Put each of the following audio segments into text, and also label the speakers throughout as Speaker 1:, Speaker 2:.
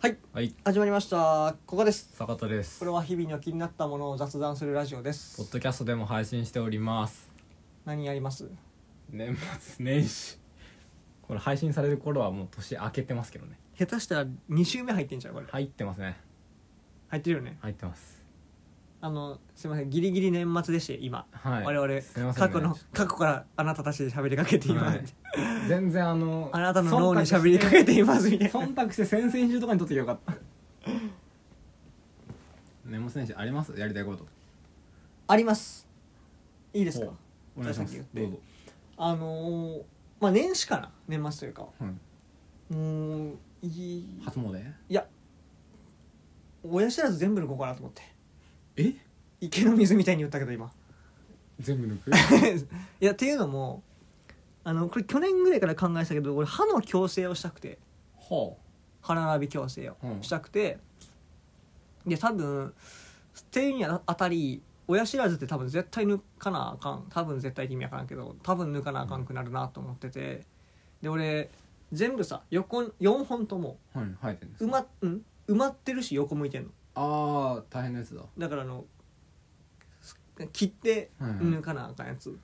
Speaker 1: はい
Speaker 2: はい、
Speaker 1: 始まりましたここです
Speaker 2: 坂田です
Speaker 1: これ。は日々の気になったものを雑談するラジオで
Speaker 2: ポッ
Speaker 1: す
Speaker 2: ドキャストでも配信しております。
Speaker 1: 何やります
Speaker 2: 年末年始。これ配信される頃はもう年明けてますけどね。
Speaker 1: 下手したら2週目入ってんじゃんこれ
Speaker 2: 入ってますね。
Speaker 1: 入ってるよね
Speaker 2: 入ってます。
Speaker 1: あのすいませんギリギリ年末でして今、
Speaker 2: はい。
Speaker 1: 我々、
Speaker 2: すいません
Speaker 1: 過去の
Speaker 2: ちょっ
Speaker 1: 過去からあなたたちで喋りかけています、
Speaker 2: はいと全然あの。
Speaker 1: あなたの脳に
Speaker 2: 忖度して
Speaker 1: 喋りかけていますみたいな
Speaker 2: 忖度して先々週とかに撮ってきゃよかった。年末年始ありますやりたいこと。
Speaker 1: ありますいいですか
Speaker 2: ほうお願いします
Speaker 1: じゃあ先。
Speaker 2: ど
Speaker 1: 言
Speaker 2: う
Speaker 1: って
Speaker 2: ぞ。
Speaker 1: あのー、まあ年始かな年末というか
Speaker 2: うん
Speaker 1: うーんいい
Speaker 2: 初詣。
Speaker 1: いや親知らず全部抜こうかなと思って
Speaker 2: え。
Speaker 1: 池の水みたいに言ったけど今
Speaker 2: 全部抜く。
Speaker 1: いやっていうのもあのこれ去年ぐらいから考えてたけど俺歯の矯正をしたくて
Speaker 2: ほ
Speaker 1: 歯並び矯正を
Speaker 2: うん
Speaker 1: したくて、で多分っていうにあたり親知らずって多分絶対抜かなあかん多分絶対って意味わからんけど多分抜かなあかんくなるなと思っててで俺全部さ横4本とも
Speaker 2: う。はい、生えてるんです
Speaker 1: 埋
Speaker 2: か。
Speaker 1: ま,、うん、埋まってるし横向いてんの
Speaker 2: ああ、大変なやつだ。
Speaker 1: だからあの切って
Speaker 2: はいはい
Speaker 1: 抜かなあかんやつ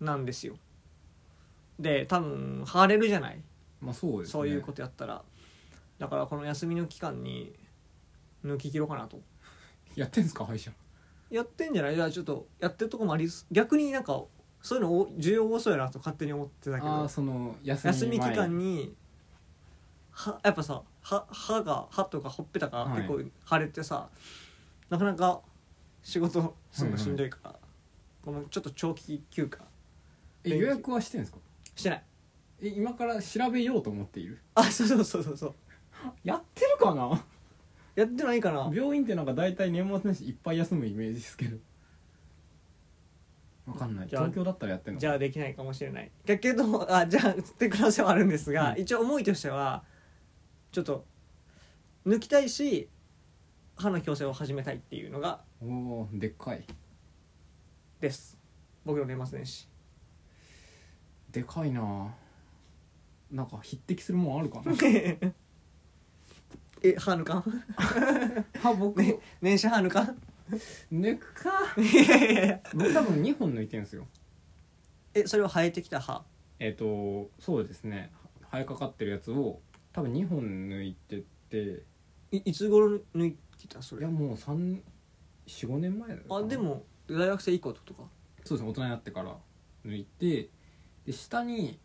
Speaker 1: なんですよで多分腫れるじゃない
Speaker 2: まあ、そうです。
Speaker 1: そういうことやったらだからこの休みの期間に抜き切ろうかなと
Speaker 2: と。やってんすか、歯医者。
Speaker 1: やってんじゃないいやちょっとやってるとこもありす逆になんかそういうのお需要多そうやなと勝手に思ってたけ
Speaker 2: ああ
Speaker 1: ど
Speaker 2: ーその休み
Speaker 1: 休み期
Speaker 2: 前
Speaker 1: 間にはやっぱさ歯歯が歯とかほっぺたが
Speaker 2: はい
Speaker 1: 結構腫れてさ、なかなか仕事するのしんどいから、このちょっと長期休暇
Speaker 2: え予約はしてんですか
Speaker 1: してない
Speaker 2: え今から調べようと思っている
Speaker 1: あそうそうそうそうそう
Speaker 2: やってるかな
Speaker 1: やってないかな
Speaker 2: 病院ってなんか大体年末年始いっぱい休むイメージですけどわかんない
Speaker 1: じゃあ
Speaker 2: 東京だったらやってんの
Speaker 1: じゃあできないかもしれないだけどあじゃあって可能性はあるんですが、
Speaker 2: うん
Speaker 1: 一応思いとしてはちょっと抜きたいし歯の矯正を始めたいっていうのが
Speaker 2: おおーでっかい
Speaker 1: です僕の年末年始
Speaker 2: でかいなぁなんか匹敵するもんあるか な
Speaker 1: え歯抜かん
Speaker 2: 歯僕
Speaker 1: ね年始歯抜かん
Speaker 2: 抜くか
Speaker 1: いやいやいや
Speaker 2: 僕多分2本抜いてるんですよ
Speaker 1: えそれは生えてきた歯
Speaker 2: えっ、とそうですね生えかかってるやつを多分2本抜いてて
Speaker 1: いいつ頃抜いてたそ
Speaker 2: い
Speaker 1: れ
Speaker 2: やもう345年前だよ
Speaker 1: あでも大学生以降ってことか
Speaker 2: そうですね大人になってから抜いてで下に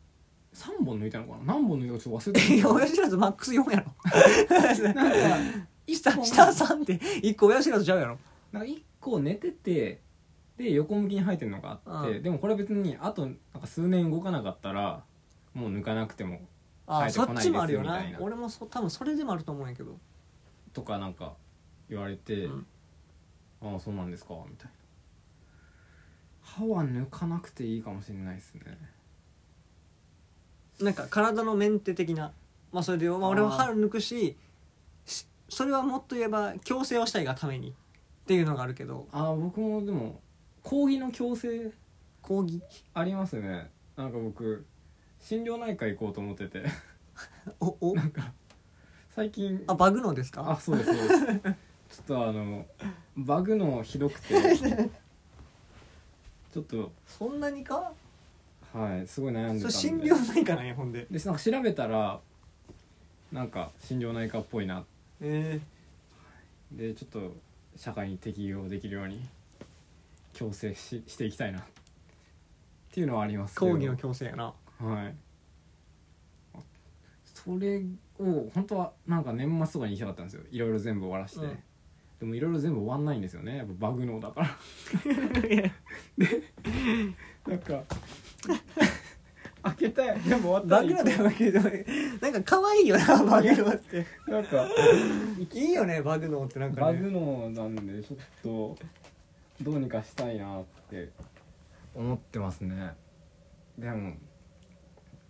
Speaker 2: 3本抜いたのかな何本抜いたかちょっと忘れ
Speaker 1: いや
Speaker 2: た
Speaker 1: 親知らずマックス4やろ
Speaker 2: なんか
Speaker 1: 下下3って1個親知らずちゃうやろ
Speaker 2: なんか1個寝ててで横向きに生えてるのがあって、
Speaker 1: うん
Speaker 2: でもこれ別にあとなんか数年動かなかったらもう抜かなくても
Speaker 1: あ
Speaker 2: 生えて
Speaker 1: そ
Speaker 2: こ
Speaker 1: っ
Speaker 2: ない
Speaker 1: ちもあるよ
Speaker 2: です
Speaker 1: な
Speaker 2: みたいな
Speaker 1: 俺もそ多分それでもあると思うんやけど、
Speaker 2: とかなんか言われて、
Speaker 1: うん
Speaker 2: ああそうなんですかみたいな歯は抜かなくていいかもしれないですね
Speaker 1: なんか体のメンテ的なまあそれで、まあ、俺は歯を抜くししそれはもっと言えば矯正をしたいがためにっていうのがあるけど
Speaker 2: ああ僕もでも講義の矯正
Speaker 1: 講義
Speaker 2: ありますねなんか僕心療内科行こうと思ってて
Speaker 1: お お
Speaker 2: なんか最近
Speaker 1: あバグのですか
Speaker 2: あそうですそうです ちょっとあのバグのひどくてちょっと
Speaker 1: そんなにか
Speaker 2: はいすごい悩んで
Speaker 1: それ
Speaker 2: たん
Speaker 1: 診
Speaker 2: で
Speaker 1: 療内科なんやほんで
Speaker 2: でなんか調べたらなんか心療内科っぽいな
Speaker 1: え
Speaker 2: でちょっと社会に適応できるように矯正ししていきたいなっていうのはあります
Speaker 1: ー、
Speaker 2: けど
Speaker 1: 講義の矯正やな
Speaker 2: はいそれを本当はなんか年末とかに行きたかったんですよいろいろ全部終わらして、
Speaker 1: うん
Speaker 2: でもいろいろ全部終わんないんですよねやっぱバグ脳だからなんか開けたいでも終わった
Speaker 1: バグのだよバグのなんか可愛いよ なバグのって
Speaker 2: なんか
Speaker 1: いいよねバグのってなんか
Speaker 2: バ
Speaker 1: ね
Speaker 2: グ脳なんでちょっとどうにかしたいなって思ってますねでも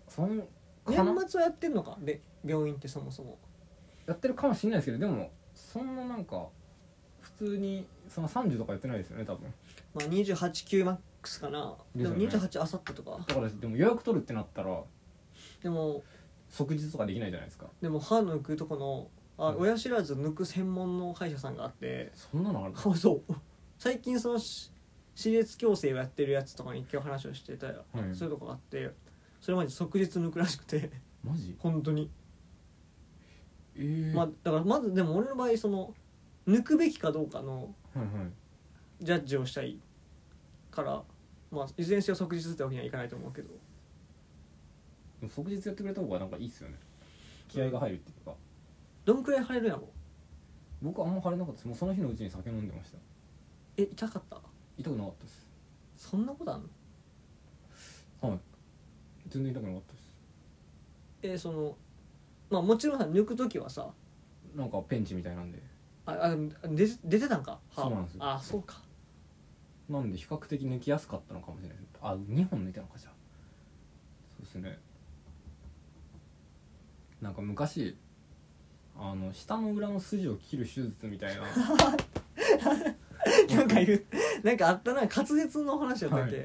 Speaker 2: そんかな
Speaker 1: 年末はやってんのかで病院ってそもそも
Speaker 2: やってるかもしれないですけどでもそんななんか普通にその30とかやってないですよね多分
Speaker 1: まあ28級マックスかなでも
Speaker 2: ですよね
Speaker 1: 28あさってとか
Speaker 2: だからでも予約取るってなったら
Speaker 1: でも
Speaker 2: 即日とかできないじゃないですか
Speaker 1: でも歯抜くとこのあ親知らず抜く専門の歯医者さんがあって
Speaker 2: そんなのあるの
Speaker 1: あそう最近そのし歯列矯正をやってるやつとかに一回話をしてたよ、
Speaker 2: はい
Speaker 1: そういうとこがあってそれまで即日抜くらしくて
Speaker 2: マジ
Speaker 1: 本当に、
Speaker 2: えー
Speaker 1: まあ、だからまずでも俺の場合その抜くべきかどうかの
Speaker 2: はいはい
Speaker 1: ジャッジをしたいからまあいずれにせよ即日ってわけにはいかないと思うけど
Speaker 2: でも即日やってくれた方がなんかいいっすよね気合が入るっていうか
Speaker 1: どんくらい腫れるやろ
Speaker 2: 僕あんま腫れなかったですもうその日のうちに酒飲んでました
Speaker 1: え痛かった
Speaker 2: 痛くなかったです
Speaker 1: そんなことあんの
Speaker 2: はい全然痛くなかったです
Speaker 1: えそのまあもちろんさ抜く時はさ
Speaker 2: なんかペンチみたいなんで
Speaker 1: ああ出て出てたんか歯
Speaker 2: そうなんですよ
Speaker 1: あそうか
Speaker 2: なんで比較的抜きやすかったのかもしれないですあ2本抜いたのかじゃあそうですねなんか昔あの下の裏の筋を切る手術みたいな
Speaker 1: なんか言うなんかあったな滑舌の話やったっけ、
Speaker 2: は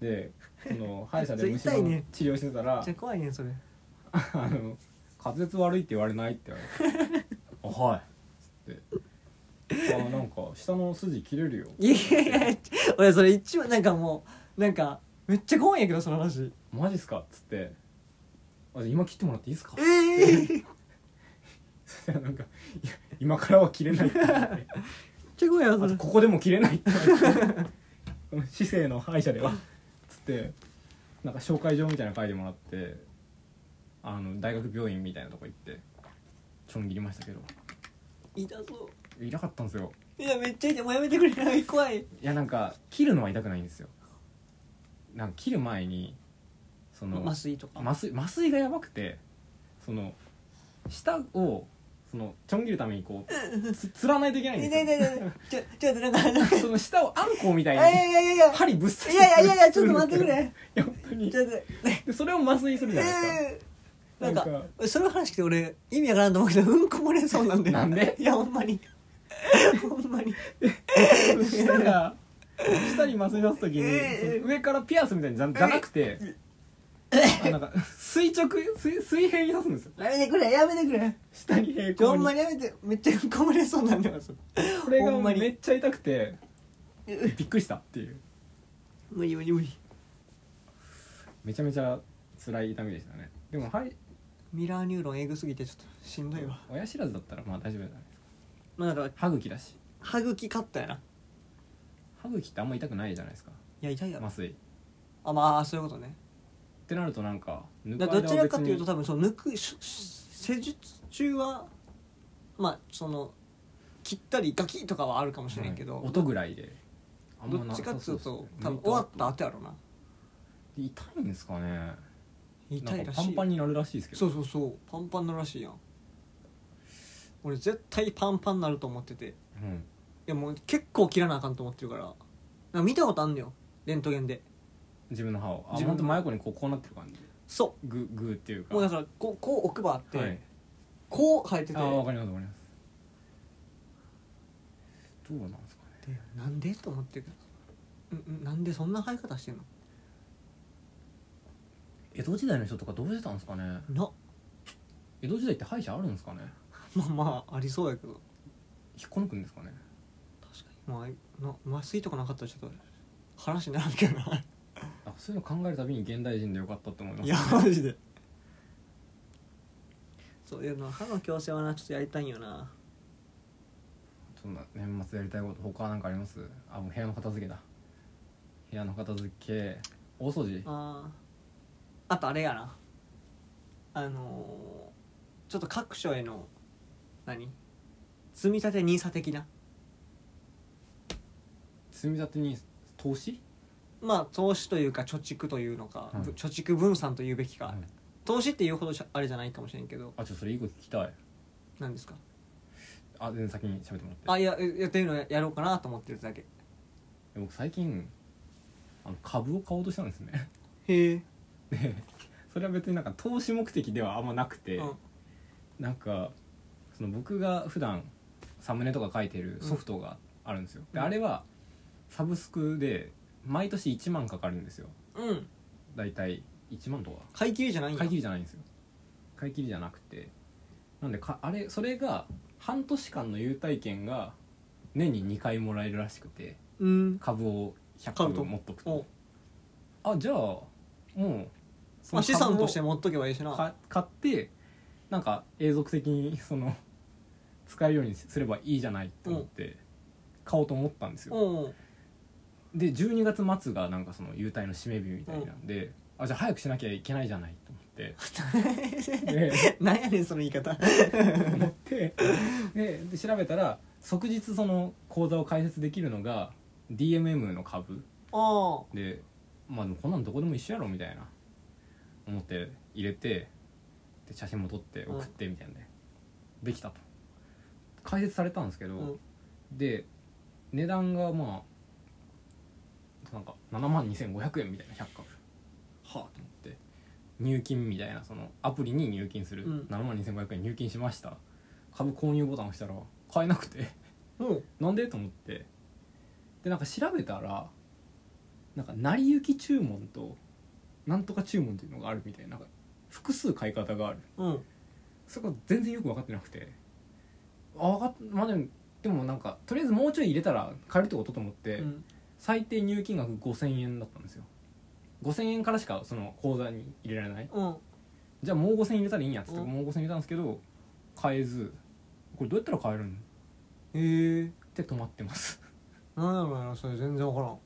Speaker 2: でその歯医者で
Speaker 1: それ
Speaker 2: 虫
Speaker 1: 痛いね
Speaker 2: の治療してたら
Speaker 1: じゃ怖いねそれ
Speaker 2: あの滑舌悪いって言われないって言われて「あはい」っつって「あなんか下の筋切れるよ
Speaker 1: いやいやいや俺それ一番なんかもうなんかめっちゃ怖いんやけどその話
Speaker 2: マジっすか」っつって「あじゃあ今切ってもらってい いっすか?」
Speaker 1: ええめっ
Speaker 2: そしたらなんかいや「今からは切れない」って言われて
Speaker 1: ちゃ怖いよそ
Speaker 2: あと
Speaker 1: れ
Speaker 2: ここでも切れないって言われてこの市政の歯医者ではつってなんか紹介状みたいなの書いてもらってあの大学病院みたいなとこ行ってちょん切りましたけど
Speaker 1: 痛そ
Speaker 2: 痛かったんですよ
Speaker 1: ういやめっちゃ痛いもうやめてくれない怖い
Speaker 2: いやなんか切るのは痛くないんですよなんか切る前にその
Speaker 1: 麻酔とか
Speaker 2: 麻酔麻酔がやばくてその舌をそのちょん切るためにこうつつらないといけないん
Speaker 1: 痛
Speaker 2: で
Speaker 1: い
Speaker 2: すよ
Speaker 1: 痛い痛いちょちょっとなんかなんか
Speaker 2: その舌をあんこみた
Speaker 1: い
Speaker 2: い
Speaker 1: や
Speaker 2: に
Speaker 1: いやいやいや
Speaker 2: 針ぶっ刺
Speaker 1: いやいやいやいやちょっと待ってく
Speaker 2: い
Speaker 1: れ
Speaker 2: や本当に
Speaker 1: ちょっと
Speaker 2: でそれを麻酔するじゃないですか
Speaker 1: ええなんか
Speaker 2: なんか
Speaker 1: その話聞いて俺意味わからんと思うけどうんこ漏れそうなんで
Speaker 2: なんで
Speaker 1: いやほんまにほんまに
Speaker 2: 舌が舌に麻酔出す時に
Speaker 1: ええ
Speaker 2: その上からピアスみたいにじゃじゃなくてあなんか垂直水水平に刺すんですよ
Speaker 1: やめてくれやめてくれ
Speaker 2: 下に平
Speaker 1: ほ
Speaker 2: 行
Speaker 1: んま
Speaker 2: に
Speaker 1: にやめてめっちゃうんこ漏れそうなんでます
Speaker 2: これが
Speaker 1: ほんまに
Speaker 2: めっちゃ痛くて
Speaker 1: う
Speaker 2: びっくりしたっていう
Speaker 1: 無理無理無理
Speaker 2: めちゃめちゃ辛い痛みでしたねでもはい
Speaker 1: ミラーニューロンエグすぎてちょっとしんどいわ
Speaker 2: 親知らずだったらまあ大丈夫じゃないですか
Speaker 1: まあだから
Speaker 2: 歯茎だし
Speaker 1: 歯茎カットやない
Speaker 2: 歯茎ってあんま痛くないじゃないですか
Speaker 1: や痛いやろ
Speaker 2: 麻酔っ
Speaker 1: あまあそういうことね
Speaker 2: てなるとなんか抜
Speaker 1: だ
Speaker 2: く
Speaker 1: からどちらかという
Speaker 2: 間
Speaker 1: と
Speaker 2: は
Speaker 1: 多分その抜くしし施術中はまあその切ったりガキとかはあるかもし
Speaker 2: 別
Speaker 1: れ
Speaker 2: に
Speaker 1: んけど、
Speaker 2: はい音ぐらいであん
Speaker 1: ど
Speaker 2: まな
Speaker 1: っちかっつう
Speaker 2: そう
Speaker 1: と
Speaker 2: そう
Speaker 1: 多分終わった後やろな
Speaker 2: 痛いんですかね
Speaker 1: 痛いらし
Speaker 2: なんかパ
Speaker 1: い
Speaker 2: ンパンになるらしいですけど
Speaker 1: そうそうそうパンパンなるらしいやん俺絶対パンパンになると思っててい
Speaker 2: うん
Speaker 1: やもう結構切らなあかんと思ってるからなんか見たことあんのよレントゲンで
Speaker 2: 自分の歯をあ
Speaker 1: 自分
Speaker 2: ほ
Speaker 1: の
Speaker 2: んと真横にこうこうなってる感じ
Speaker 1: そ
Speaker 2: グーグーっていう
Speaker 1: う
Speaker 2: か
Speaker 1: もうだからこうこう奥歯あって、
Speaker 2: はい
Speaker 1: こう生えてて
Speaker 2: ああわかりますわかりますどうなんですかね
Speaker 1: でなんでと思ってるけどうんうんなんでそんな生え方してんの
Speaker 2: 江戸時代の人とかどうしてたんですかね
Speaker 1: な
Speaker 2: 江戸時代って歯医者あるんですかね
Speaker 1: まあまあありそうやけど
Speaker 2: 引っこ抜くんですかね
Speaker 1: 確かにまあな麻酔とかなかったらちょっと話にならんけどな
Speaker 2: あそういうの考えるたびに現代人でよかったと思います
Speaker 1: いやマジでそういうの歯の矯正はなちょっとやりたいんよな
Speaker 2: そんな年末やりたいこと他なんかありますあもう部屋の片付けだ部屋の片付け大掃除
Speaker 1: あーあとあれやなあのーちょっと各所への何積み立て NISA 的な
Speaker 2: 積み立てに投資
Speaker 1: まあ投資というか貯蓄というのか、
Speaker 2: はい
Speaker 1: ぶ貯蓄分散というべきか、
Speaker 2: はい
Speaker 1: 投資っていうほどじゃあれじゃないかもしれんけど
Speaker 2: あちょっとそれ一個聞きたい
Speaker 1: 何ですか
Speaker 2: あ全然先に喋ってもらって
Speaker 1: あいやえやってるのややろうかなと思ってるだけ
Speaker 2: 僕最近あの株を買おうとしたんですね
Speaker 1: へえ、
Speaker 2: でそれは別になんか投資目的ではあんまなくて、
Speaker 1: うん
Speaker 2: なんかその僕が普段サムネとか書いてるソフトがあるんですよ、で
Speaker 1: うん
Speaker 2: あれはサブスクで毎年1万かかるんですよ
Speaker 1: うん、
Speaker 2: 大体1万とか
Speaker 1: 買い切りじゃないんや
Speaker 2: 買い切りじゃないんですよ買い切りじゃなくてなんでかあれそれが半年間の優待券が年に2回もらえるらしくて
Speaker 1: うん
Speaker 2: 株を100
Speaker 1: 株
Speaker 2: 株
Speaker 1: と
Speaker 2: 持っとく
Speaker 1: お
Speaker 2: とあじゃあもう
Speaker 1: まあ
Speaker 2: その
Speaker 1: 資産
Speaker 2: 株
Speaker 1: と
Speaker 2: を
Speaker 1: して持っとけばいいしな
Speaker 2: か買ってなんか永続的にその使えるようにすればいいじゃないと思って買おうと思ったんですよ
Speaker 1: うんうん
Speaker 2: で12月末がなんかその優待の締め日みたいなんで、あじゃあ早くしなきゃいけないじゃないと思 ってで
Speaker 1: なんやねんその言い方
Speaker 2: 思ってでで調べたら即日その口座を開設できるのが DMM の株
Speaker 1: あ
Speaker 2: でまあでもこんなんどこでも一緒やろみたいな思って入れてで写真も撮って送ってみたいなんで、できたと開設されたんですけど、
Speaker 1: うん
Speaker 2: で値段がまあなんか7万2500円みたいな100株はあと思って入金みたいなそのアプリに入金する、
Speaker 1: うん
Speaker 2: 7万2500円入金しました株購入ボタン押したら買えなくて
Speaker 1: あうん
Speaker 2: なんでと思ってでなんか調べたらなんか成り行き注文となんとか注文っていうのがあるみたいななんか複数買い方がある
Speaker 1: うん
Speaker 2: そこ全然よく分かってなくてあ分かっまあでもでもなんかとりあえずもうちょい入れたら買えるってことと思って、
Speaker 1: うん
Speaker 2: 最低入金額5000円だったんですよ5000円からしかその口座に入れられない
Speaker 1: うん
Speaker 2: じゃあもう5000円入れたらいいんやっつって
Speaker 1: うん
Speaker 2: もう5000円入れたんですけど買えずこれどうやったら買えるんっ
Speaker 1: へえ
Speaker 2: て止まってます
Speaker 1: なんやろうなそれ全然わからん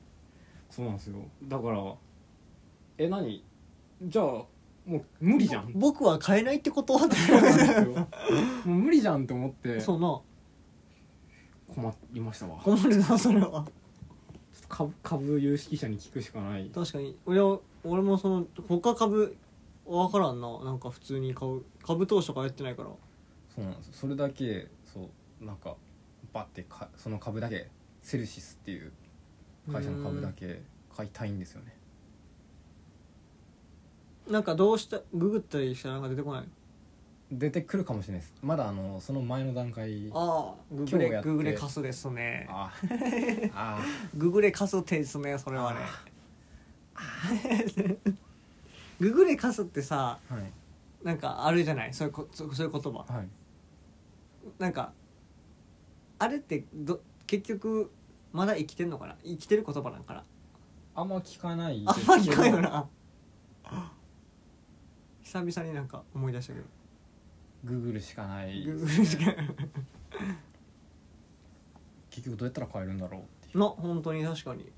Speaker 2: そうなんですよだからえ何じゃあもう無理じゃん
Speaker 1: 僕は買えないってこと
Speaker 2: そうなんですよ もう無理じゃんと思っ て
Speaker 1: そうな
Speaker 2: 困りましたわちょっ
Speaker 1: 困るなそれは
Speaker 2: と株株有識者に聞くしかない
Speaker 1: 確かに俺は俺もその他株わからんななんか普通に買う株投資とかやってないから
Speaker 2: そうなんですよそれだけそうなんかバッてかその株だけセルシスっていう会社の株だけ買いたいんですよね
Speaker 1: なんかどうしたググったりしたらなんか出てこない
Speaker 2: 出てくるかもしれないですまだあのその前の段階
Speaker 1: ああググ
Speaker 2: 今日や
Speaker 1: レ
Speaker 2: って
Speaker 1: ググレカスですね
Speaker 2: あ あ
Speaker 1: ググレカスってですねそ
Speaker 2: こ
Speaker 1: れはねググレカスってさ
Speaker 2: はい
Speaker 1: なんかあるじゃないそういうこそうそういう言葉
Speaker 2: はい
Speaker 1: なんかあれってど結局まだ生きてんのかな生きてる言葉なんかな
Speaker 2: あんま聞かない
Speaker 1: あんまり聞かんよな久々になんか思い出したけど
Speaker 2: グーグルしかない
Speaker 1: ググレしか
Speaker 2: 結局どうやったら買えるんだろうっていう
Speaker 1: な本当に確かに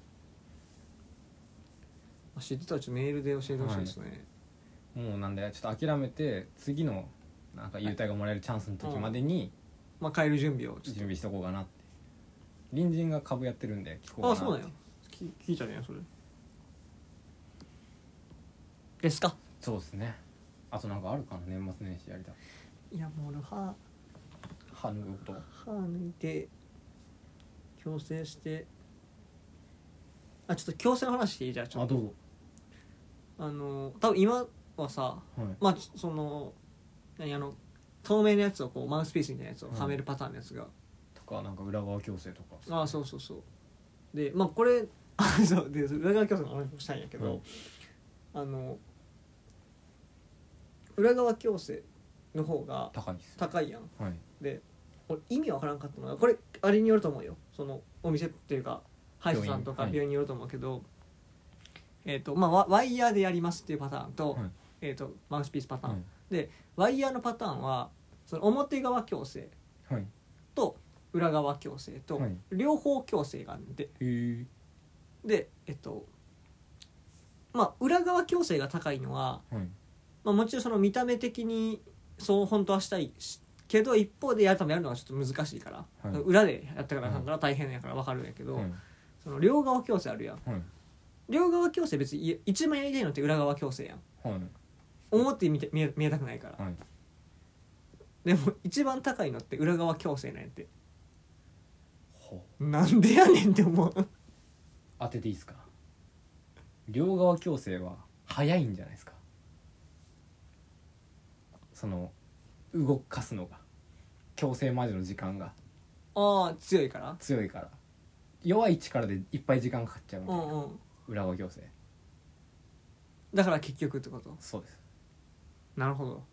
Speaker 1: あ知ってたらちょっとメールで教えてほしいですね、
Speaker 2: もうなんでちょっと諦めて次のなんか優待がもらえるチャンスの時までに
Speaker 1: まあ買える準備をちょっ
Speaker 2: 準備しとこうかなって隣人が株やってるんで聞こう
Speaker 1: と
Speaker 2: か
Speaker 1: あ
Speaker 2: な
Speaker 1: あそうなんや聞聞いちゃうねそれですか
Speaker 2: そうですねあとなんかあるかな年末年始やりたい
Speaker 1: いやもう俺歯
Speaker 2: 歯のこと
Speaker 1: 歯抜いて矯正してあちょっと矯正の話していいじゃあちょ
Speaker 2: あ
Speaker 1: っと
Speaker 2: どうぞ
Speaker 1: あの多分今はさ
Speaker 2: はい
Speaker 1: まあその何あの透明のやつをこうマウスピースみたいなやつを
Speaker 2: うん
Speaker 1: はめるパターンのやつが、
Speaker 2: とかなんか裏側矯正とか
Speaker 1: ああそうそうそうでまあこれあそうで裏側矯正の話もしたいんやけど、
Speaker 2: はい
Speaker 1: あの裏側矯正の方が
Speaker 2: 高いです
Speaker 1: 高いやん
Speaker 2: はい
Speaker 1: で俺意味わからんかったのがこれあれによると思うよそのお店っていうか歯医者さんとか
Speaker 2: 病院
Speaker 1: 病
Speaker 2: はい
Speaker 1: 院によると思うけど、えっ、とまあワワイヤーでやりますっていうパターンと,、
Speaker 2: はい
Speaker 1: えっとマウスピースパターン、
Speaker 2: はい
Speaker 1: ワイヤーのパターンはその表側矯正
Speaker 2: はい
Speaker 1: と裏側矯正と
Speaker 2: はい
Speaker 1: 両方矯正があるんで、
Speaker 2: へ
Speaker 1: でえっとまあ裏側矯正が高いのは、
Speaker 2: えはい
Speaker 1: まあ、もちろんその見た目的にそう本当はしたいしけど一方でやるためやるのはちょっと難しいから、
Speaker 2: はい
Speaker 1: 裏でやったからなんから大変やから分かるんやけど、
Speaker 2: はい
Speaker 1: その両側矯正あるやん
Speaker 2: はい
Speaker 1: 両側矯正別にい一番やりたいのって裏側矯正やん
Speaker 2: はい
Speaker 1: 表見て見え見えたくないから、
Speaker 2: はい
Speaker 1: でも一番高いのって裏側矯正なんやって
Speaker 2: ほう
Speaker 1: なんでやねんって思う
Speaker 2: 当てていいですか両側矯正は早いんじゃないですかその動かすのが矯正までの時間が
Speaker 1: ああ強いから
Speaker 2: 強いから弱い力でいっぱい時間かかっちゃうみ
Speaker 1: う
Speaker 2: たいなん
Speaker 1: うん
Speaker 2: 裏側矯正
Speaker 1: だから結局ってこと
Speaker 2: そうです
Speaker 1: なるほど、
Speaker 2: はい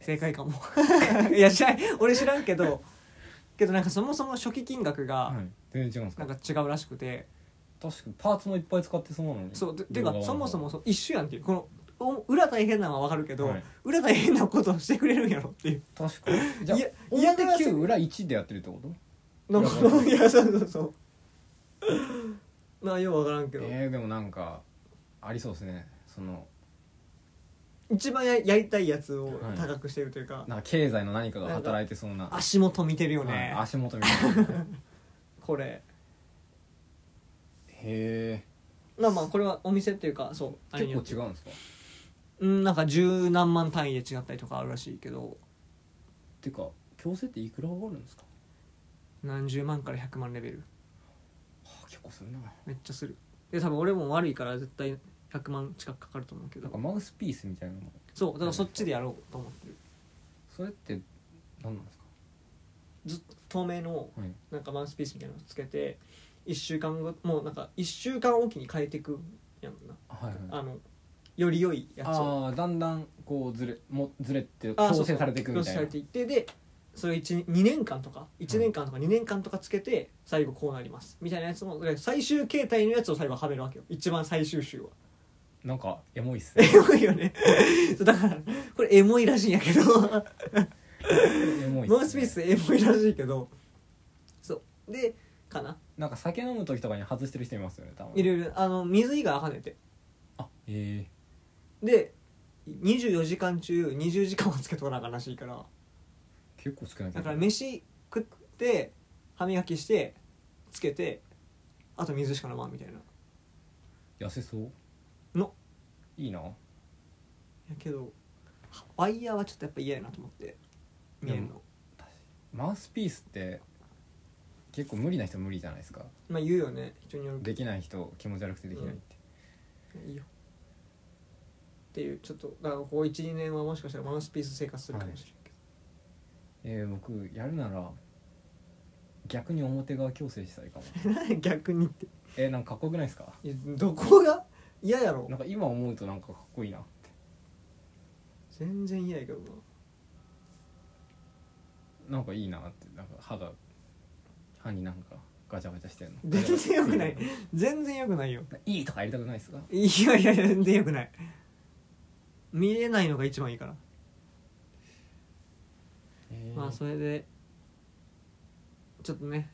Speaker 1: 正解かも いや知らん俺知らんけどけどなんかそもそも初期金額が
Speaker 2: はい、全然違うんです
Speaker 1: な
Speaker 2: か
Speaker 1: んか違うらしくて、
Speaker 2: 確かにパーツもいっぱい使ってそうなのに
Speaker 1: そうててか
Speaker 2: 動画は
Speaker 1: そもそもそう一緒やんっていうこのお裏大変なのは分かるけど、
Speaker 2: はい
Speaker 1: 裏大変なことをしてくれるんやろっていう
Speaker 2: 確かにじゃあ
Speaker 1: いや
Speaker 2: 表
Speaker 1: いや
Speaker 2: 9裏1でやってるってこと
Speaker 1: なんか
Speaker 2: いやわかる
Speaker 1: いやそうそうそうなあよう分からんけど、
Speaker 2: えー、でもなんかありそうですねその
Speaker 1: 一番ややりたいやつを
Speaker 2: はい
Speaker 1: 高くしてるというか、
Speaker 2: なんか経済の何かが働いてそうな
Speaker 1: 足元見てるよね、
Speaker 2: はい足元みたいな
Speaker 1: これ
Speaker 2: へ
Speaker 1: まあまあこれはお店っていうかそう
Speaker 2: え
Speaker 1: あれによっ
Speaker 2: 結
Speaker 1: て
Speaker 2: 構違うんですか
Speaker 1: うんなんか十何万単位で違ったりとかあるらしいけど
Speaker 2: てか強制っていくら上がるんですか
Speaker 1: 何十万から100万レベル
Speaker 2: はあ結構するなな
Speaker 1: めっちゃするで多分俺も悪いから絶対100万近くかかると思うけど
Speaker 2: んかマウスピースみたいなのも
Speaker 1: そうだからそっちでやろうと思ってる
Speaker 2: それって何なんですか
Speaker 1: ずっと透明の
Speaker 2: はい
Speaker 1: なんかマウスピースみたいなのつけて1週間後もうなんか1週間おきに変えていくやんな、
Speaker 2: はいはい
Speaker 1: あのより良いやつを
Speaker 2: ああだんだんこうずれもずれって
Speaker 1: あ
Speaker 2: 強制されていくみた
Speaker 1: そうそう強制
Speaker 2: い
Speaker 1: さ
Speaker 2: な
Speaker 1: れていってでそれ2年間とか1年間とか2年間とかつけて最後こうなりますみたいなやつもで最終形態のやつを最後はめるわけよ一番最終週は
Speaker 2: なんかエモいっすね
Speaker 1: エモいよね そうだからこれエモいらしいんやけど
Speaker 2: エモいっすね
Speaker 1: ノースピースエモいらしいけどそうでかな
Speaker 2: なんか酒飲む時とかに外してる人いますよね多分
Speaker 1: いろいろあの水以外あかんねんて
Speaker 2: あえ
Speaker 1: で24時間中20時間はつけとかなあかんらしいから
Speaker 2: え結構少ないけ
Speaker 1: だ
Speaker 2: ど
Speaker 1: から飯食って歯磨きしてつけてあと水しか飲まんみたいな
Speaker 2: 痩せそう
Speaker 1: の
Speaker 2: いいな
Speaker 1: やけどワイヤーはちょっとやっぱ嫌やなと思って見えるの
Speaker 2: マウスピースって結構無理な人無理じゃないですか
Speaker 1: まあ言うよね人によるけ
Speaker 2: できない人気持ち悪くてできないって、
Speaker 1: どいいよっていうちょっとだからここ12年はもしかしたらマウスピース生活するかもしれんけ
Speaker 2: えー僕やるなら逆に表側矯正したいかも
Speaker 1: ど、逆にって
Speaker 2: えーなんかかっこよくないですか
Speaker 1: いやどこが嫌やろ
Speaker 2: なんか今思うとなんかかっこいいな
Speaker 1: 全然嫌やけどな
Speaker 2: なんかいいなってなんか歯が歯になんかガチャガチャしてるの
Speaker 1: 全然よくない全然よくないよ
Speaker 2: いいとかやりたくないですか
Speaker 1: いやいやいや全然よくない見えないのが一番いいから、
Speaker 2: えー
Speaker 1: まあそれでちょっとね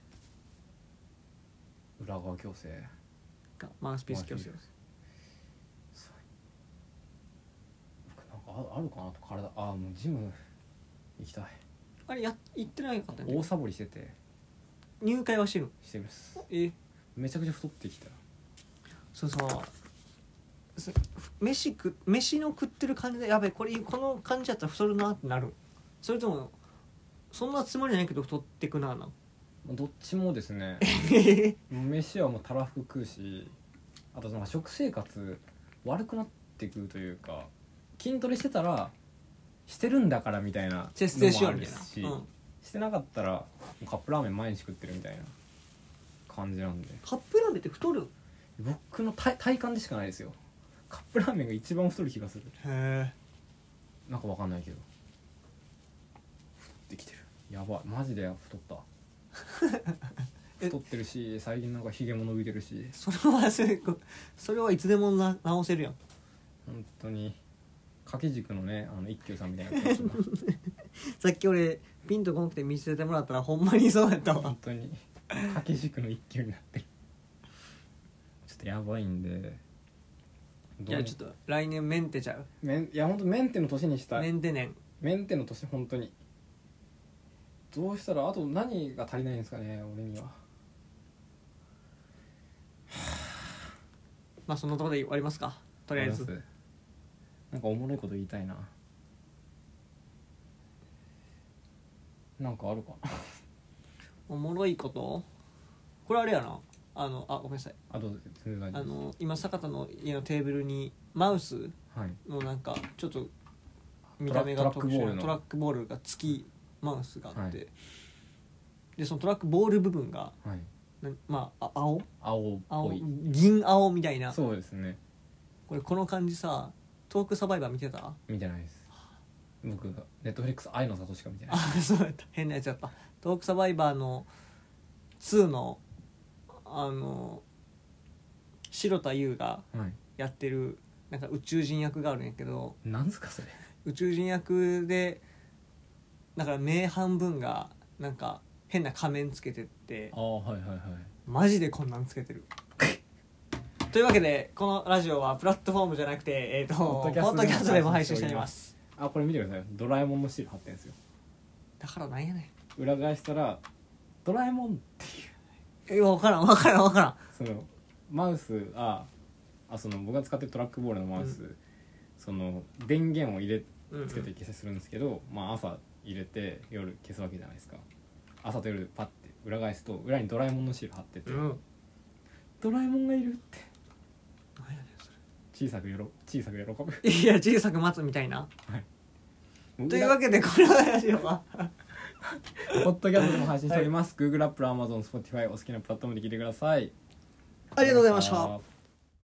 Speaker 2: 裏側矯正
Speaker 1: がマウスピース矯正
Speaker 2: 僕なんかああるかなと体ああもうジム行きたい
Speaker 1: あれや行ってないかったね
Speaker 2: 大サボりしてて
Speaker 1: 入会はしてる
Speaker 2: してるっす
Speaker 1: え
Speaker 2: めちゃくちゃ太ってきた
Speaker 1: そうそうす飯食飯の食ってる感じでやべえこれこの感じやったら太るなってなるそれともそんなつもりないけど太ってくなな
Speaker 2: どっちもですねもう飯はもうたらふく食うしあとなんか食生活悪くなってくるというか筋トレしてたらしてるんだからみたいな
Speaker 1: 節制しよ
Speaker 2: の
Speaker 1: うみ
Speaker 2: もある
Speaker 1: たい
Speaker 2: し
Speaker 1: な、うん、
Speaker 2: してなかったらもうカップラーメン毎日食ってるみたいな感じなんで
Speaker 1: カップラーメンって太る
Speaker 2: 僕の体体感でしかないですよカップラーメンが一番太る気がする
Speaker 1: へえ
Speaker 2: なんかわかんないけど太ってきてるやばいマジで太った
Speaker 1: え
Speaker 2: 太ってるし最近なんかヒゲも伸びてるし
Speaker 1: それはすごいそれはいつでもな直せるやん
Speaker 2: 本当に掛け軸のねあの一休さんみたいな感 じが
Speaker 1: さっき俺ピンとこなくて見せてもらったらほんまにそうやったわ
Speaker 2: 本当に掛け軸の一休になってるちょっとやばいんで
Speaker 1: い
Speaker 2: どう
Speaker 1: や
Speaker 2: に
Speaker 1: ちょっと来年メンテちゃう
Speaker 2: メンいや本当メンテの年にしたい
Speaker 1: メンテ年
Speaker 2: メンテの年本当にどうしたらあと何が足りないんですかね俺には
Speaker 1: まあそんなところで終わりますかとりあえず
Speaker 2: なんかおもろいこと言いたいななんかあるかな
Speaker 1: おもろいことこれあれやなあのあごめんなさい
Speaker 2: あと全然大丈
Speaker 1: あ
Speaker 2: 夫で
Speaker 1: の今坂田の家のテーブルにマウス
Speaker 2: すはい
Speaker 1: のなんかちょっと見た目が
Speaker 2: トラトラ
Speaker 1: 特
Speaker 2: ックボー
Speaker 1: 殊
Speaker 2: ル
Speaker 1: な
Speaker 2: の
Speaker 1: トラックボールが付きマウスがあって、
Speaker 2: は
Speaker 1: でそのトラックボール部分が
Speaker 2: はい
Speaker 1: なまああ青
Speaker 2: 青っ
Speaker 1: 青
Speaker 2: ぽい
Speaker 1: 銀青みたいな
Speaker 2: そうですね
Speaker 1: これこの感じさトークサバイバー見てた
Speaker 2: 見てないです僕ネットフリックス「愛の里しか見てない
Speaker 1: あそうやった変なやつやった「トークサバイバー」の2のあの白田優が
Speaker 2: はい
Speaker 1: やってるなんか宇宙人役があるんやけど
Speaker 2: なんすかそれ
Speaker 1: 宇宙人役でだから名半分がなんか変な仮面つけてって
Speaker 2: ああはいはいはい
Speaker 1: マジでこんなんつけてるというわけでこのラジオはプラットフォームじゃなくてえーと
Speaker 2: ポ
Speaker 1: ポ
Speaker 2: ッドキャスト
Speaker 1: ッドキャストでも配信しています
Speaker 2: あこれ見てくださいドラえもんのシール貼ってんですよ
Speaker 1: だからなんやねん
Speaker 2: 裏返したら「ドラえもん」っていう
Speaker 1: え分からん分からん分からん
Speaker 2: そのマウスああその僕が使ってるトラックボールのマウス、その電源を入れ
Speaker 1: うんうん
Speaker 2: つけて消せするんですけど、まあ朝入れて夜消すわけじゃないですか朝と夜パッて裏返すと裏にドラえもんのシール貼ってて、
Speaker 1: うん
Speaker 2: ドラえもんがいるって
Speaker 1: なんやねんそれ
Speaker 2: 小さくよろ小さく喜ぶ
Speaker 1: いや小さく待つみたいなという
Speaker 2: 裏
Speaker 1: わけでこのラジオは
Speaker 2: ポッドキャストでも配信しております、Google、Apple、Amazon、Spotify お好きなプラットフォームで聞いてください
Speaker 1: ありがとうございました
Speaker 2: さよなら